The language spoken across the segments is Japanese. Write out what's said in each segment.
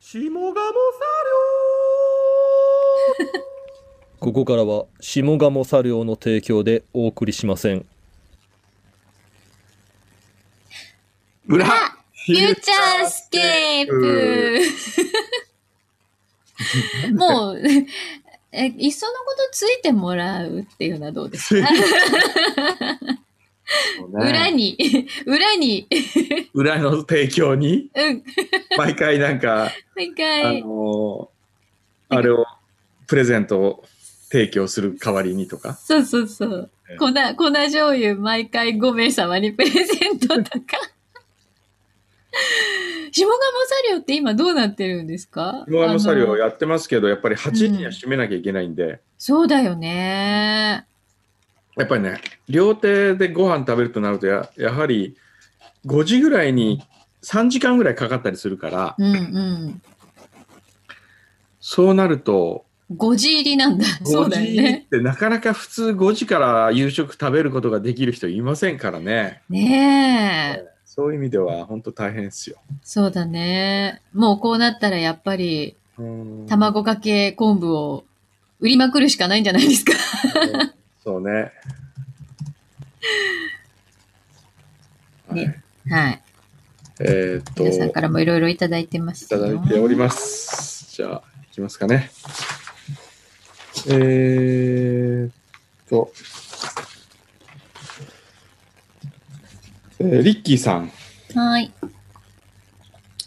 下鴨作 ここからは下鴨茶寮の提供でお送りしません。裏フフューチャースケープもう、え、いっそのことついてもらうっていうのはどうですか、裏に。に、 裏に、裏の提供に、うん、毎回なんか、あ毎回、のーあれを、プレゼントを提供する代わりにとか。そうそうそうね。粉、粉醤油毎回5名様にプレゼントとか。 下鴨作業って今どうなってるんですか下鴨作あ業のやってますけど、やっぱり8時には閉めなきゃいけないんで、そうだよね。やっぱりね、料亭でご飯食べるとなるとや、やはり5時ぐらいに3時間ぐらいかかったりするから、うんうん。そうなると、 5時入りなんだ。そう5だよ時っね。てなかなか普通5時から夕食食べることができる人いませんからね。ねえ。そういう意味では本当大変ですよ。そうだね。もうこうなったらやっぱりうん卵かけ昆布を売りまくるしかないんじゃないですか。そうね。はいねはい。えーっと、皆さんいからもいろいろいただいてますたよ。だいております。じゃあ、いきますかね。えーっと、えーリッキーさん。はい。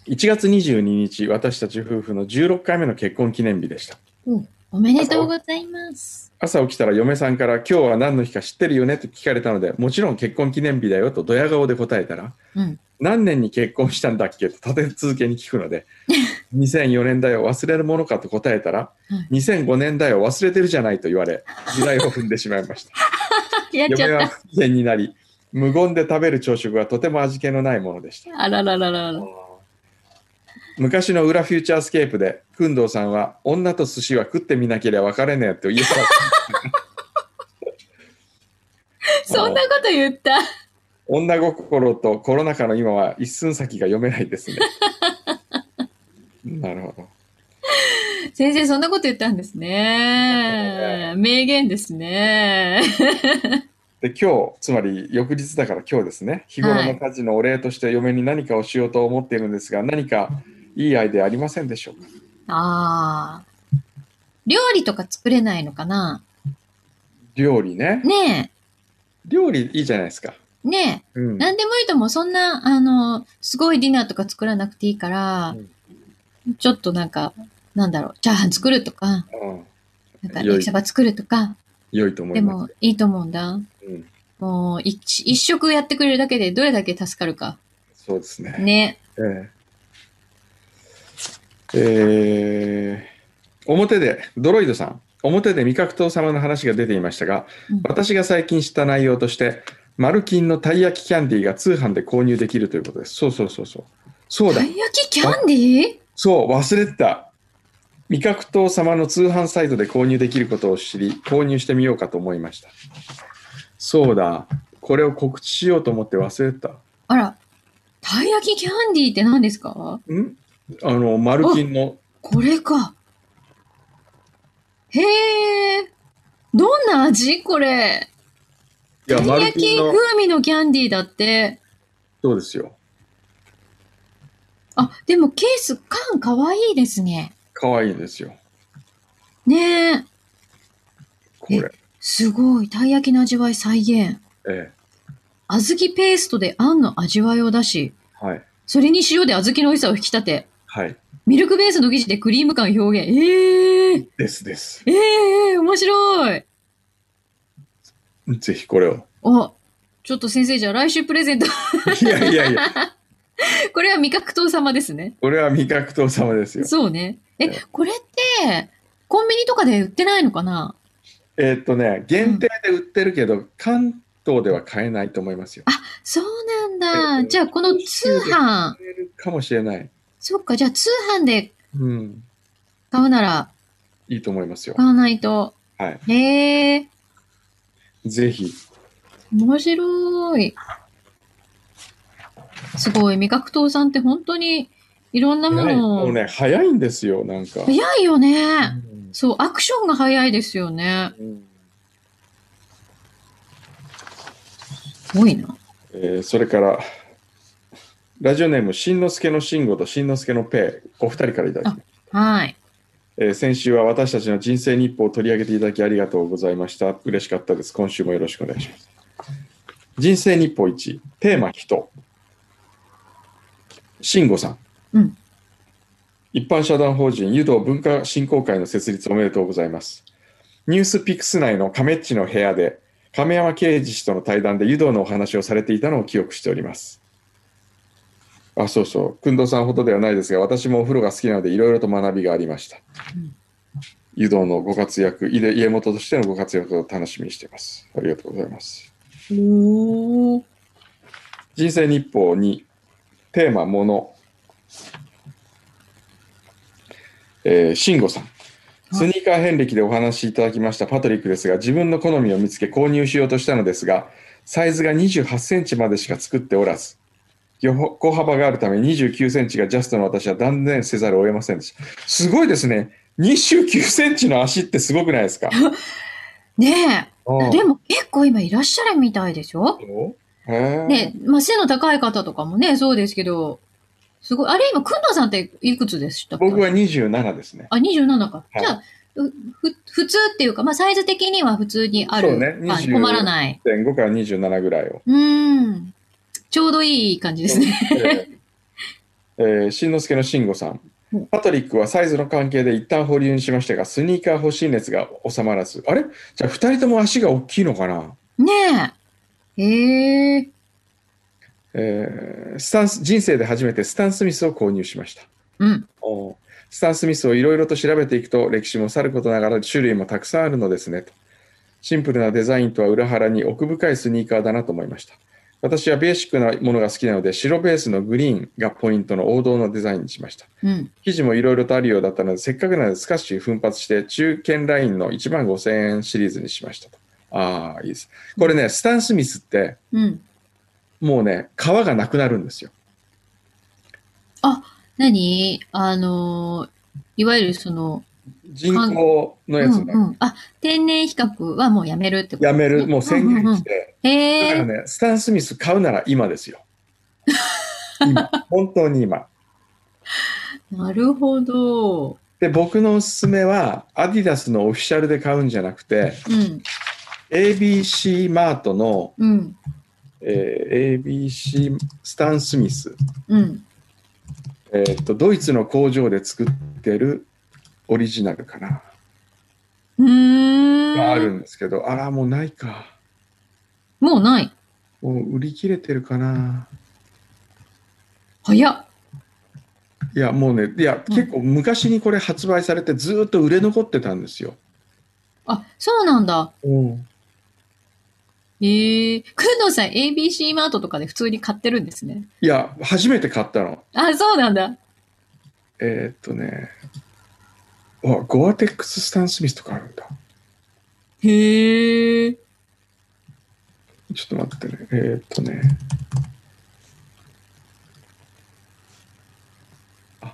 1月22日、私たち夫婦の16回目の結婚記念日でした。おめでとうございます。朝起きたら嫁さんから今日は何の日か知ってるよねと聞かれたので、もちろん結婚記念日だよとドヤ顔で答えたら、 うん何年に結婚したんだっけと立て続けに聞くの で、2004年だよ忘れるものかと答えたら、2005年だよ忘れてるじゃないと言わ れ、時代を踏んでしまいました。やっち嫁ゃはっ不機嫌になり、無言で食べる朝食はとても味気のないものでした。た。あららららら。昔の裏フューチャースケープで、工藤さんは女と寿司は食ってみなければ別れねえと言いそう そんなこと言った。女心とコロナ禍の今は一寸先が読めないですね。 なるほど。先生、そんなこと言ったんです ね。名言ですね。で今日つまり翌日だから今日ですね日頃の家事のお礼として嫁に何かをしようと思っているんですが、何かいいアイデアありませんでしょうかああ。料理とか作れないのかな料理ねね料理いいじゃないですか、え。ねえ。うん、なんでもいいともうそんな、あの、すごいディナーとか作らなくていいから、ちょっとなんか、なんだろう、チャーハン作るとか、うんなんか良い焼きそば作るとか、良いと思でいまもすいいと思うんだ。うん、もう一、一食やってくれるだけでどれだけ助かるか。そうですねね。えええー表で、ドロイドさん、表で味覚糖様の話が出ていましたが、うん私が最近知った内容として、マルキンのたい焼きキャンディーが通販で購入できるということです。そうそうそうそう。そうだた、い焼きキャンディーそう、忘れてた。味覚糖様の通販サイトで購入できることを知り、購入してみようかと思いました。そうだ、これを告知しようと思って忘れてた。あら、たい焼きキャンディーって何ですかんあの、マルキンのこれか。へえ。どんな味これ。いや、たいマル焼キきンの、風味のキャンディーだって。そうですよ。あ、でもケース、缶かわいいですね。可愛いんですよ。ねえ。これ。すごい。たい焼きの味わい再現。え小豆ペーストであんの味わいを出し、え。はい。それに塩で小豆の美味しさを引き立て、はい。ミルクベースの生地でクリーム感を表現。ええー、ですです。ええー、面白い。ぜひこれを。お、ちょっと先生じゃあ来週プレゼント。 いやいやいや、これは味覚糖様ですね。これは味覚糖様ですよ。そうね。ええ、これって、コンビニとかで売ってないのかな えーっとね、限定で売ってるけど、関東では買えないと思いますよ。そうえなえんだ。じゃあこの通販、買えるかもしれない。そっか、じゃあ通販でうん。買うならいいと思いますよ買。わないと。はい。へえ、ぜひ。面白い。すごい、味覚糖さんって本当にいろんなも早いものうを。ね、早いんですよ、なんか。早いようね。んそう、アクションが早いですよね。すごいな。えーそれから、ラジオネーム、しんのすけのしんごとしんのすけのペイ、お二人からいただきましたはい。えー先週は私たちの人生日報を取り上げていただきありがとうございました。嬉しかったです。今週もよろしくお願いします。人生日報1、テーマ人。慎吾さん。うん一般社団法人湯道文化振興会の設立おめでとうございます。ニュースピックス内の亀っちの部屋で、亀山慶治氏との対談で湯道のお話をされていたのを記憶しております。あ、そうそう。くんどうさんほどではないですが、私もお風呂が好きなので、いろいろと学びがありました。湯道のご活躍、家家元としてのご活躍を楽しみにしています。ありがとうございます。おー。人生日報にテーマ、もの。えー、慎吾さん。スニーカー遍歴でお話しいただきましたパトリックですが、自分の好みを見つけ購入しようとしたのですが、サイズが28センチまでしか作っておらず、横幅があるため29センチがジャストの私は断念せざるを得ませんでした。すごいですね。29センチの足ってすごくないですかねえ。ででも結構今いらっしゃるみたいでしょも、へーねえ、まあ、背の高い方とかもね、そうですけど、すごい。あれ今、くんどうさんっていくつでしたっけ僕は27ですね。あ、27か。いじゃあ、ふ、ふ普通っていうか、まあ、サイズ的には普通にある。そうねまあ20困らない。 5から27ぐらいを。うーん。ちょうどいい感じですね。えー、しんのすけのしんごさんうん。パトリックはサイズの関係で一旦保留にしましたが、スニーカー欲しい熱が収まらず。あれじゃあ2人とも足が大きいのかな、ねえ。へえ。えースタンス人生で初めてスタン・スミスを購入しました。うん。スタン・スミスをいろいろと調べていくと、歴史もさることながら種類もたくさんあるのですねと。シンプルなデザインとは裏腹に奥深いスニーカーだなと思いました。私はベーシックなものが好きなので、白ベースのグリーンがポイントの王道のデザインにしました。うん。生地もいろいろとあるようだったので、せっかくなのでスカッシュ奮発して、中堅ラインの1万5000円シリーズにしましたと。ああ、いいです。これね、スタン・スミスって、うん。もうね、皮がなくなるんですよ。何あのー、いわゆるその、人工のうやつんね、うん。あ、天然比較はもうやめるってことやめる、もう宣言して、だへからえ。ね、スタン・スミス買うなら今です よ。今、本当に今。なるほど。で、僕のおすすめは、アディダスのオフィシャルで買うんじゃなくて、うん。 ABC マートの、うん。えー ABC スタン・スミス、うん。えーっと、ドイツの工場で作ってるオリジナルかな、うーん。があるんですけど、あら、もうないか。もうない。もう売り切れてるかな。早っ。いや、もうね、いや、うん結構昔にこれ発売されて、ずーっと売れ残ってたんですよ。あ、そうなんだ。うんええくんどうさん ABC マートとかで普通に買ってるんですね。いや、初めて買ったの。あ、そうなんだ。えーっとね、あ、ゴアテックス・スタン・スミスとかあるんだ。へえ。ちょっと待ってね。えーっとね。あ、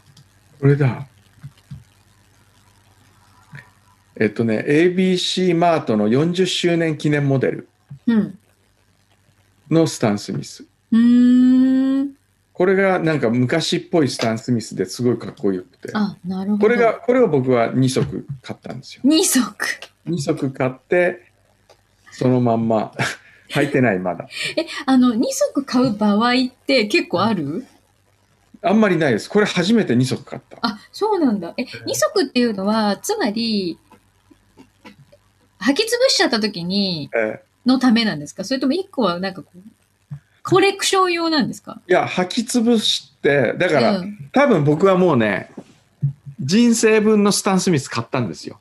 これだ。えーっとね、ABC マートの40周年記念モデルうん。のスタン・スミス。うーん。これがなんか昔っぽいスタン・スミスですごいかっこよくて。あ、なるほど。これが、。これを僕は2足買ったんですよ。二足。 2足買ってそのまんま 履いてないまだえ、あの、二足買う場合って結構あるあんまりないですこれ初めて2足買ったあ、そうなんだ。え、二足っていうのは、つまり、履き潰しちゃった時に、えのためなんですかそれとも一個はなんかこう、コレクション用なんですかーいや履き潰してだから、うん、多分僕はもうね人生分のスタン・スミス買ったんですよ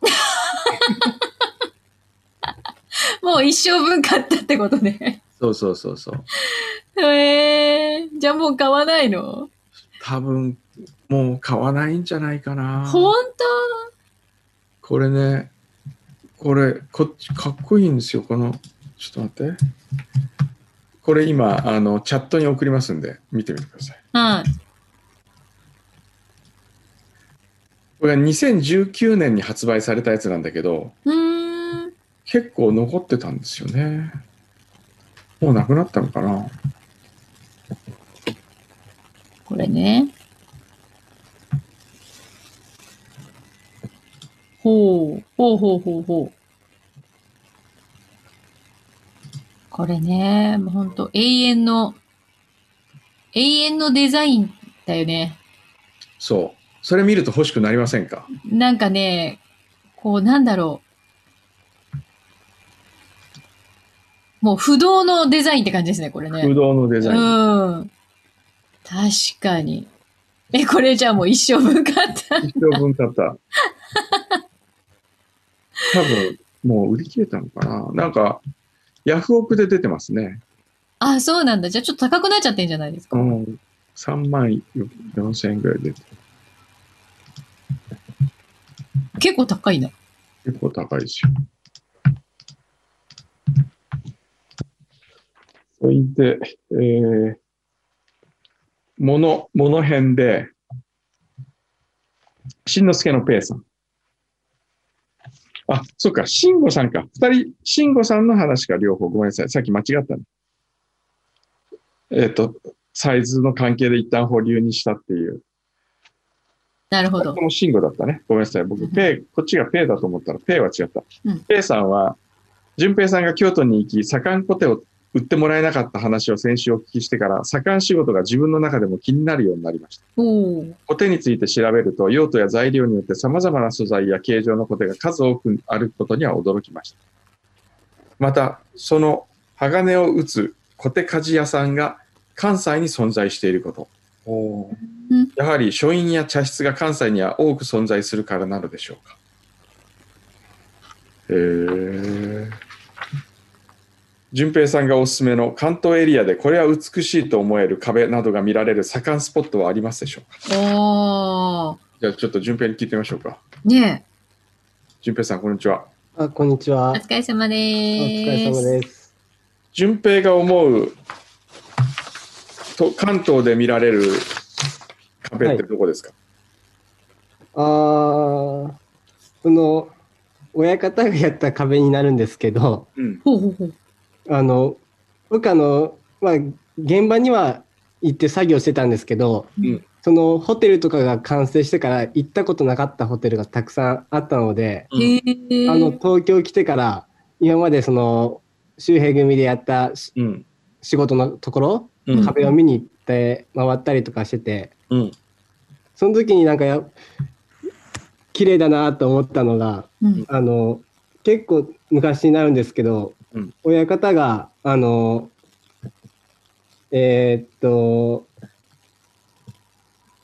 もう一生分買ったってことね。そうそうそうそうへえー、じゃあもう買わないの多分もう買わないんじゃないかな本これねこれこっちかっこいいんですよこのちょっと待ってこれ今あのチャットに送りますんで見てみてください当はい。これが2019年に発売されたやつなんだけど、うーん。結構残ってたんですよね。もうなくなったのかなこれね。ほう、ほうほうほうほう。これね、もうほんと永遠の、永遠のデザインだよね。そう。それ見ると欲しくなりませんかなんかね、こうなんだろう。もう不動のデザインって感じですね、これね。不動のデザイン。うん。確かに。え、これじゃあもう一生分か った。一生分買った。多分、もう売り切れたのかななんか、ヤフオクで出てますね。あ、そうなんだ。じゃあちょっと高くなっちゃってんじゃないですか。うん。3万4千円ぐらいで結構高いな。結構高いですよ。それで、えー、もの、もの編で、しんのすけのペイさん。あ、そっか、しんごさんか。二人、しんごさんの話か、両方。ごめんなさい。さっき間違ったね。えっ、と、サイズの関係で一旦保留にしたっていう。なるほこどれ。もシンゴだったね。ごめんなさい。僕、ペイ、こっちがペイだと思ったら、ペイは違った。うんペイさんは、淳平さんが京都に行き、左官コテを売ってもらえなかった話を先週お聞きしてから、左官仕事が自分の中でも気になるようになりました。おーコテについて調べると、用途や材料によって様々な素材や形状のコテが数多くあることには驚きました。また、その鋼を打つコテ鍛冶屋さんが関西に存在していること。うんやはり書院や茶室が関西には多く存在するからなのでしょうか。へえ。淳平さんがおすすめの関東エリアでこれは美しいと思える壁などが見られる左官スポットはありますでしょうかおーじゃあちょっと順平に聞いてみましょうか。ねえ。順平さん、こんにちは。あ、こんにちは。お疲れ様でお疲れーす。様です。順平が思うと関東で見られる壁ってどこですか、あーその、親方がやった壁になるんですけど、うん。ほうほうほう。あの、僕あの、まあ、現場には行って作業してたんですけど、うんそのホテルとかが完成してから行ったことなかったホテルがたくさんあったので、うんへあの、ー。東京来てから、今までその、周平組でやったしうん。仕事のところ、うん。壁を見に行って回ったりとかしてて、うん。その時になんかや綺麗だなと思ったのがうんあの結構昔になるんですけど、うん親方があのえーっと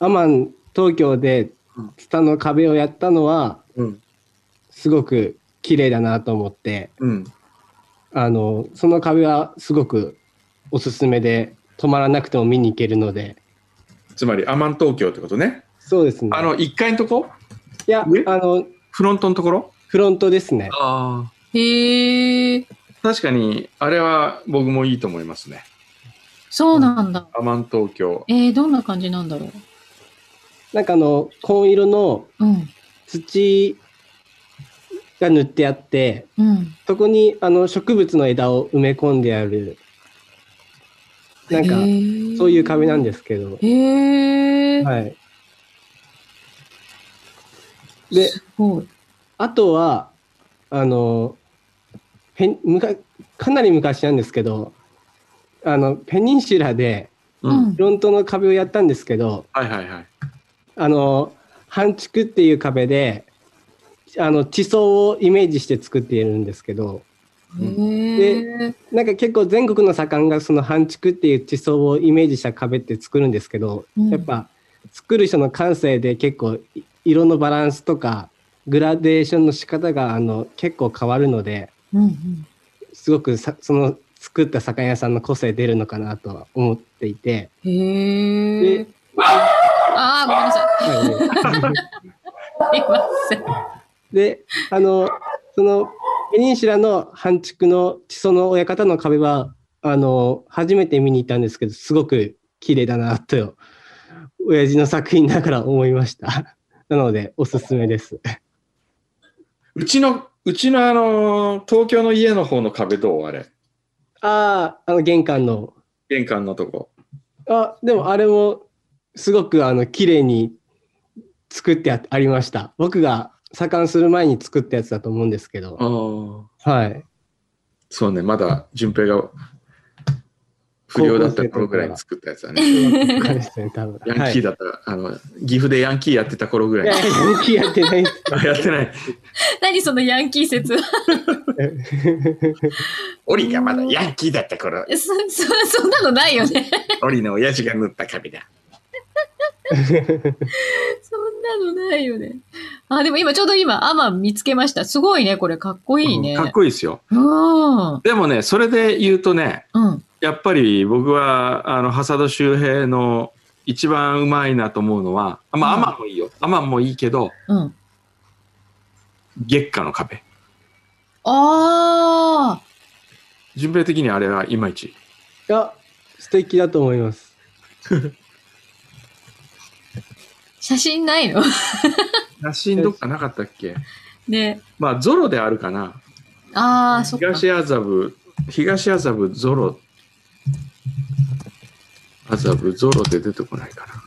アマン東京でうんツタの壁をやったのはうん。すごく綺麗だなと思ってうん。あのその壁はすごくおすすめで止まらなくても見に行けるのでつまり、アマン東京ってことね。そうですねあの、1階のとこいや上あのフロントのところフロントですねああ。へー。確かに、あれは僕もいいと思いますね。そうなんだ。アマン東京。えー、どんな感じなんだろう。なんかあの紺色のうん。土が塗ってあってうん。そこにあの植物の枝を埋め込んであるなんかそういう壁なんでですけど、す。へー。はい、ですごい。あとはあのペンむかかなり昔なんですけどあのペニンシュラでう。うんんフ。ロントの壁をやったんですけどはいはいはい。あの半築っていう壁であの地層をイメージして作っているんですけど。へー。なんか結構全国の左官がその半築っていう地層をイメージした壁って作るんですけど、うんやっぱ作る人の感性で結構い色のバランスとかグラデーションの仕方があの結構変わるのでうんうん。すごくさその作った左官屋さんの個性出るのかなとは思っていて、へーで。ああ、ごめんなさい。はいすいません。であのそのペニンシュラの半築の地層の親方の壁はあの初めて見に行ったんですけどすごく綺麗だなと親父の作品だから思いました。 なので、おすすめです。うちの、うちのあの、東京の家の方の壁どうあれ。ああ、あの、玄関の。玄関のとこ。あ、でもあれも、すごく、あの、綺麗に作ってあありました。僕が左官する前に作ったやつだと思うんですけど。ああ。はい。そうね、まだ順平が不良だった頃ぐらいに作ったやつだね。感じですね、多分。ヤンキーだ。だったら、あの、岐阜でヤンキーやってた頃ぐらはいい、いや、に。ヤンキーやってないっす。あやってない。何そのヤンキー説は。オリがまだヤンキーだった頃、そ、 そ、そんなのないよね。オリの親父が塗った壁だ。そんなのないよね。あ、でも今ちょうど今、アマン見つけました。すごいね、これ。かっこいいね。うんかっこいいですよ。うん。でもね、それで言うとね、うん。やっぱり僕は、あの、ハサド周平の一番うまいなと思うのは、あまあ、アうんマンもいいよ。アマンもいいけど、うん。月下の壁。ああ。順平的にあれはいまいち。いや、素敵だと思います。写真ないの写 真どっかなかったっけね。まあ、ゾロであるかな。ああ、そっか。東麻布、東麻布ゾロ、麻布ゾロで出てこないかな。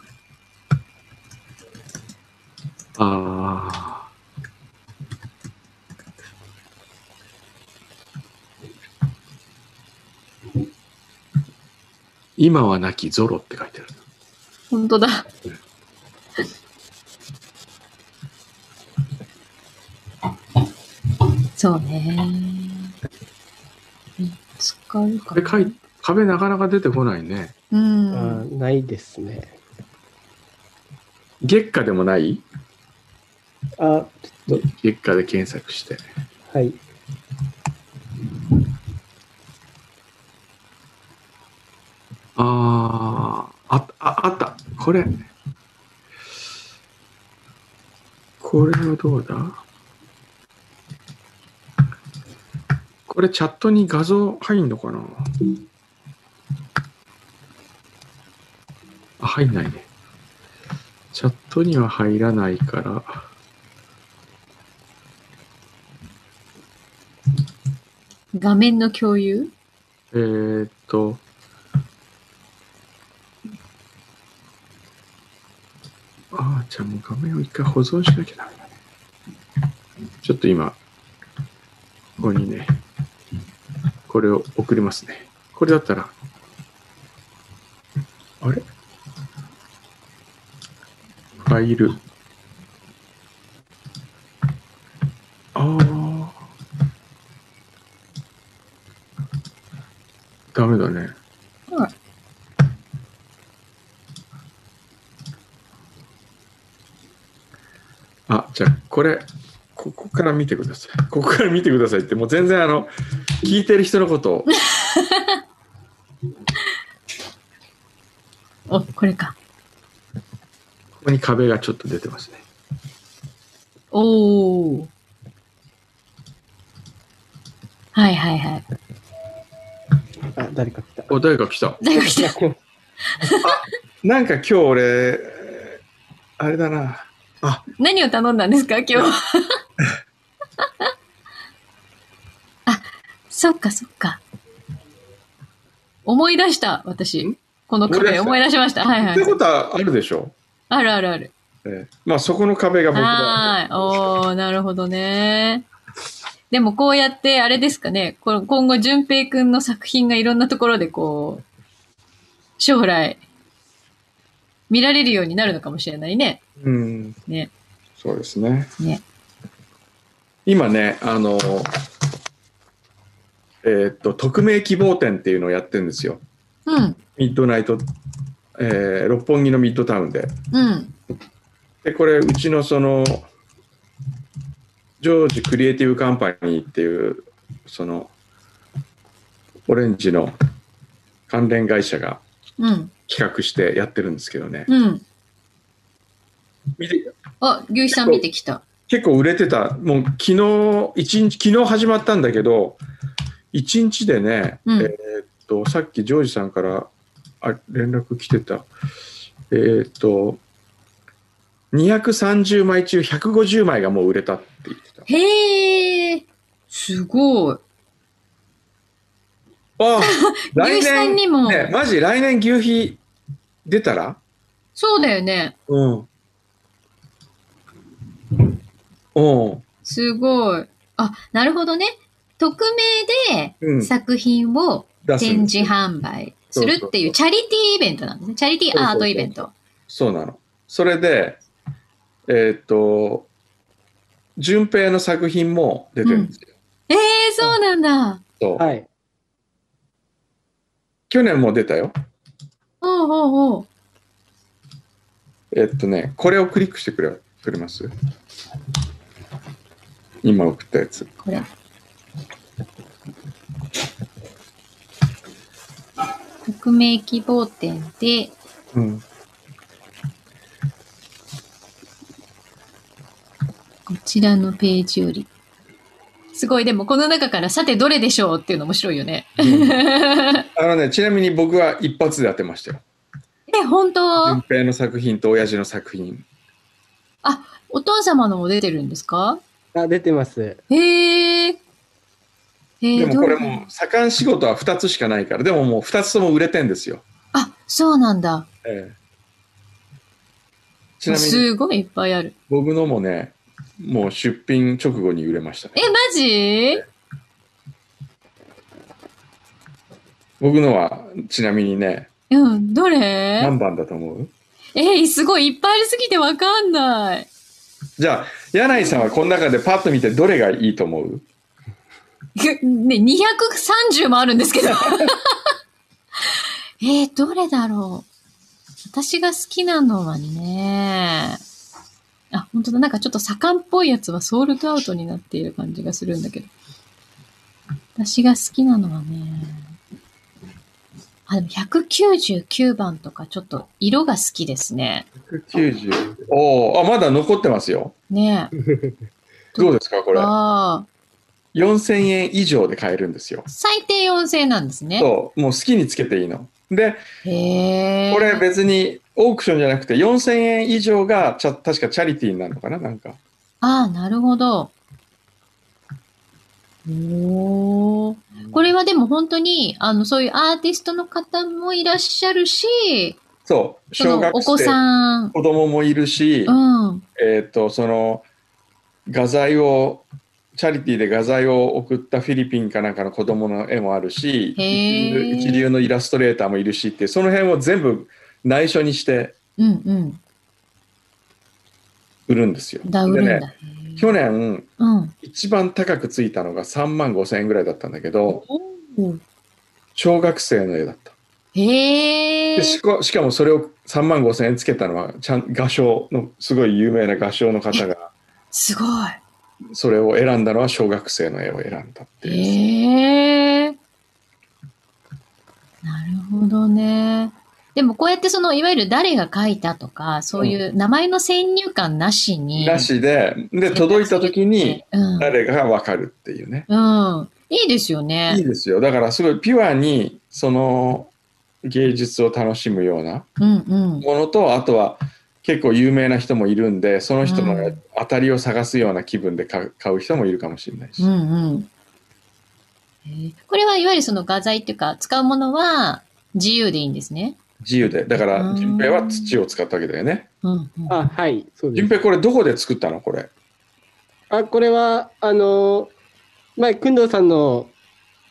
あー今はなきゾロって書いてある。本当だ。そうね。見つかるか壁書な。い壁なかなか出てこないね。うあん。ーないですね。月下でもないあ、ちょっ月下で検索して。と、はい。あーあ、あ、あった。これ。これはどうだこれチャットに画像入んのかなあ、入んないね。チャットには入らないから。画面の共有えーっと。ああ、じゃあもう画面を一回保存しなきゃダメだね。ちょっと今、ここにね、これを送りますね。これだったら、あれファイル。ああ。ダメだね。はいあ、じゃあこれ、ここから見てください。ここから見てくださいって、もう全然あの、聞いてる人のことを。お、これか。ここに壁がちょっと出てますね。おお。はいはいはい。あ、誰か来た。お、誰か来た。誰が来たなんか今日俺、あれだな。あ、何を頼んだんですか今日。 あ、そっかそっか。思い出した、私。この壁思思いい出しました。はいっはてい。ことはあるでしょ、あるあるある。ええまあそこの壁が僕だ。はーい。おー、なるほどね。でもこうやって、あれですかね、この今後、淳平くんの作品がいろんなところでこう、将来、見られるようになるのかもしれないね。うん。ね。そうですね。ね。今ね、あの、えーっと、匿名希望店っていうのをやってるんですよ。うん。ミッドナイト、えー六本木のミッドタウンで。うん。で、これ、うちのその、ジョージクリエイティブカンパニーっていう、その、オレンジの関連会社がうん。企画してやってるんですけどね。うん。見てあ、牛一さん見てきた。結構売れてた。もう昨日、一日、昨日始まったんだけど、一日でね、うんえーっと、さっきジョージさんからあ連絡来てた。えーっと、 230枚中150枚がもう売れたって言ってた。へえ、すごい。 ああ牛肥さんにもね、マジ来年牛皮出たらそうだよね。うん。うん。すごい。あ、なるほどね。匿名うでん。作品を出す展示販売するっていうチャリティーイベントなんですね。チャリティーアートイベント。そうなの。それで、えーっと、順平の作品も出てるんですよ。ええー、そうなんだ。そう、はい。去年も出たよ。おうおうおう。えーっとね、これをクリックしてくれ、くれます今送ったやつ。これ。匿名希望店で、 うん。こちらのページより。すごい、でもこの中からさてどれでしょうっていうの面白いよね。あのね、ちなみに僕は一発で当てましたよ。え、本当、順平の作品と親父の作品。お父様のも出てるんですかあ、出てます。へえ。へでえもこれ。どうも、左官仕事は2つしかないから、でももう2つとも売れてんですよ。あ、そうなんだ。ええちなみにすごいいっぱいある。僕のもね、もう出品直後に売れましたねえ、。マジ僕のはちなみにね、うん、どれ何番だと思うえー、すごいいっぱいありすぎてわかんない。じゃあ、柳井さんはこの中でパッと見てどれがいいと思う ね、230もあるんですけど。えー、どれだろう。私が好きなのはね、あ、本当だ、なんかちょっと盛んっぽいやつはソールドアウトになっている感じがするんだけど。私が好きなのはね、あ、でも199番とかちょっと色が好きですね。 ?90。おお、あ、まだ残ってますよ。ねえ。どうですか、これ。ああ、 4000円以上で買えるんですよ。最低4000なんですね。そう、もう好きにつけていいの。で、へえ。これ別にオークションじゃなくて4000円以上がちゃ確かチャリティーになるのかななんか。ああ、なるほど。おお。これはでも本当に、あの、そういうアーティストの方もいらっしゃるし、そう、そ小の学お子生、さん、子供もいるし、うん、えっ、と、その、画材を、チャリティーで画材を送ったフィリピンかなんかの子供の絵もあるし、へー一流のイラストレーターもいるしって、その辺を全部内緒にしてうん、うん、売るんですよ。だ、売るんでだ。ね、へー去年、うん。一番高くついたのが3万5千円ぐらいだったんだけど、お小学生の絵だった。へえで。しかしかもそれを3万5千円つけたのは、ちゃん画商の、すごい有名な画商の方が、すごそれを選んだのは小学生の絵を選んだってい。いう。へえ。なるほどね。でもこうやってその、いわゆる誰が書いたとか、そういう名前の先入観なしに。なしで、で、届いた時に、うん、誰がわかるっていうね。うん。いいですよね。いいですよ。だからすごいピュアに、その芸術を楽しむようなうんうん。ものと、あとは結構有名な人もいるんで、その人うのん当たりを探すような気分で買う買う人もいるかもしれないし。うんうん。えーこれはいわゆるその画材っていうか、使うものは自由でいいんですね。自由で。だかうら、ん順平は土を使ったわけだよね。うん、うん。あ、はい、そうで順す。平これどこで作ったのこれ。あ、これは、あの、前、くんどうさんの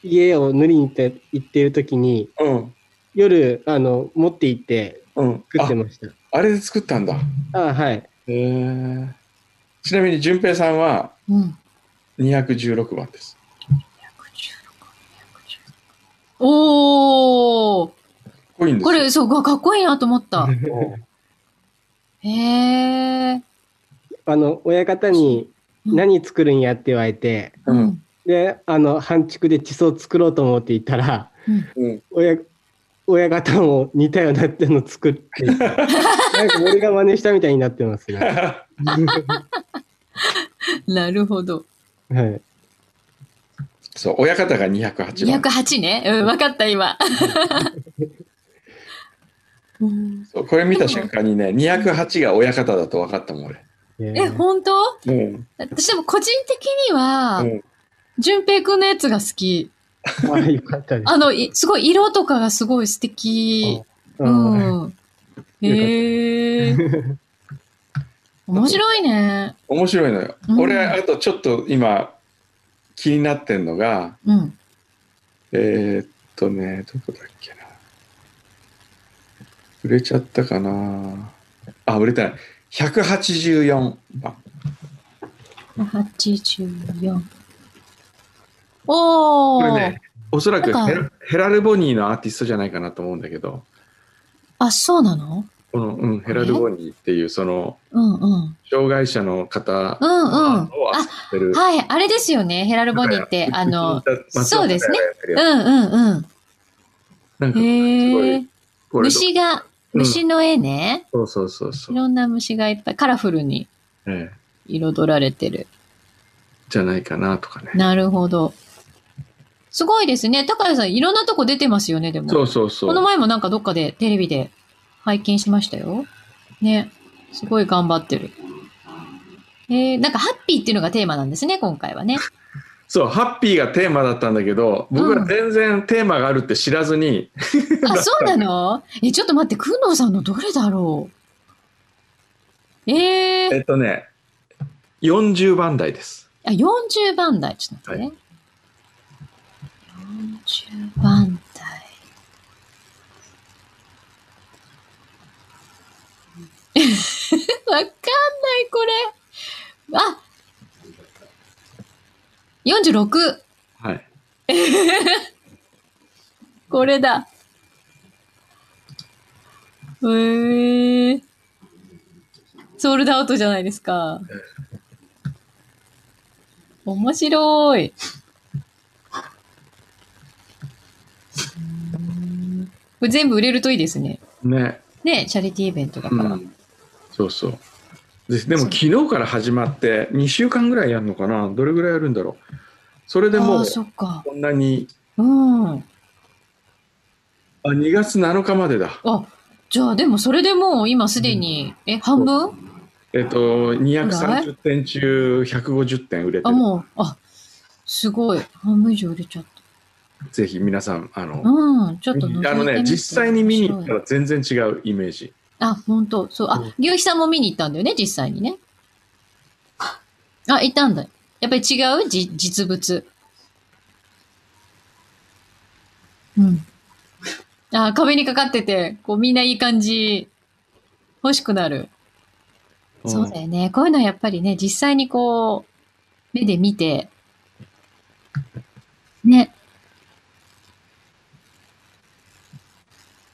家を塗りに行って行っているときに、うん。夜、あの、持って行ってうん。作っあて、ました。あれで作ったんだ。あはい。へえ。ちなみに順平さんはうん。 216番です。おーこいいんですこよ れ、そう、うわかっこいいなと思った。へえ。 あの、親方うにん何作るんやって言われて、うん。で、あの、半築で地層作ろうと思っていたら、うん親、親方も似たようなっての作って、なんか俺が真似したみたいになってますね。なるほど。はい。そう、親方が208番。 208ね。うん、わかった、今。 うんそうこれ見た瞬間にね、208が親方だと分かったもん、俺。え、本当も私でも個人的にはう、も、淳平くんのやつが好き。まあ、よかったです。あの、いすごい色とかがすごい素敵。ううんん。へえ。 面白いね。う面白いのよ。うん俺、あとちょっと今、気になってんのが、うん。えーっとね、どこだっけな。売れちゃったかな。あ、売れてない。184番。 84。おこー。れね、おそらくなんかヘラヘラルボニーのアーティストじゃないかなと思うんだけど、あ、そうなのこの、うん、ヘラルボニーっていう、その、うんうん。障害者の方うんうん。あ、を扱ってる。はい、あれですよね。ヘラルボニーって、あの、そうですねうね。んうんなんうか、ん。へえ。これ、虫が、虫の絵ね。そうそうそうそ、いうろんな虫がいっぱいカラフルにええ彩られてる。じゃないかなとかね。なるほど。すごいですね。高谷さん、いろんなとこ出てますよね、でも。そうそうそこのう。前もなんかどっかでテレビで拝見しましたよ。ね。すごい頑張ってる。えー、なんかハッピーっていうのがテーマなんですね、今回 はね。そう、ハッピーがテーマだったんだけど、僕ら全然テーマがあるって知らずに、あ、そうなのえ、ちょっと待って、くんのうさんのどれだろうええー、っとね、40番台です。あ、40番台。ちょっと待ってね。40番台。 わかんない、これ。あ !46! はい。これだ。えー、ソールドアウトじゃないですか。面白い。これ全部売れるといいですね。ね。ね、チャリティーイベントだかうら。ん。そうそう。ででも、昨日から始まって、2週間ぐらいやるのかなどれぐらいやるんだろう。それであもあ、う、そっか。こんなに、うん。あ、2月7日までだ。あ、じゃあでもそれでもう今すでに、え、半分えっと、230点中150点売れてあ、る。もう、あ、すごい。半分以上売れちゃった。ぜひ皆さん、あの、うん、ちょっと覗いてみてあのね、実際に見に行ったら全然違うイメージ。あ、本当そう。あ、牛肥さんも見に行ったんだよね、実際にね。あ、行ったんだ。やっぱり違うじ実物。うん。あ、壁にかかってて、こうみんないい感じ、欲しくなる。そうだよね。こういうのはやっぱりね、実際にこう、目で見て、ね。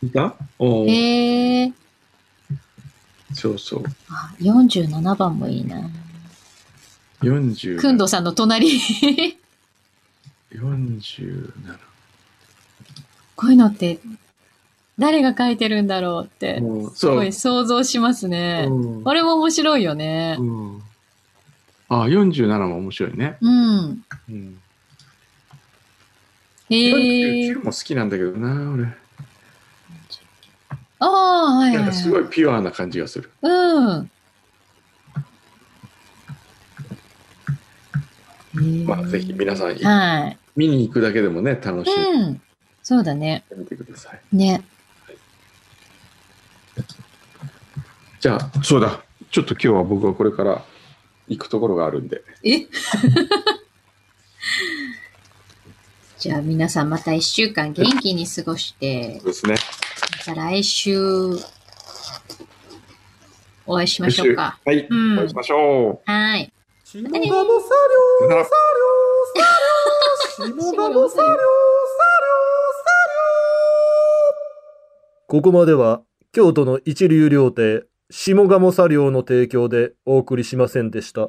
いたおーへえー。そうそう。あ、47番もいいな。 40。くんどさん の隣。 47。こういうのって、誰が書いてるんだろうって、うんすそごうい。想像しますね。うんこれも面白いよねう。んあ、47も面白いね。うん。うん、へえ49。も好きなんだけどな、俺。ああ、はいなんはかすごい。いピュアな感じがする。うん。へえまあ、ぜひ皆さん、はい。見に行くだけでもね、楽しんでうん。そうだね。みてください。ね。じゃあ、そうだ。ちょっと今日は僕はこれから行くところがあるんで。えじゃあ皆さんまた一週間元気に過ごしてそう、ですね。また来週お会いしましょうか。はい。うんお会いしましょはい。シモガモサう。さよならリョウシモガモサリョウサリョウサリョウここまでは京都の一流料亭下鴨サリョウの提供でお送りしませんでした。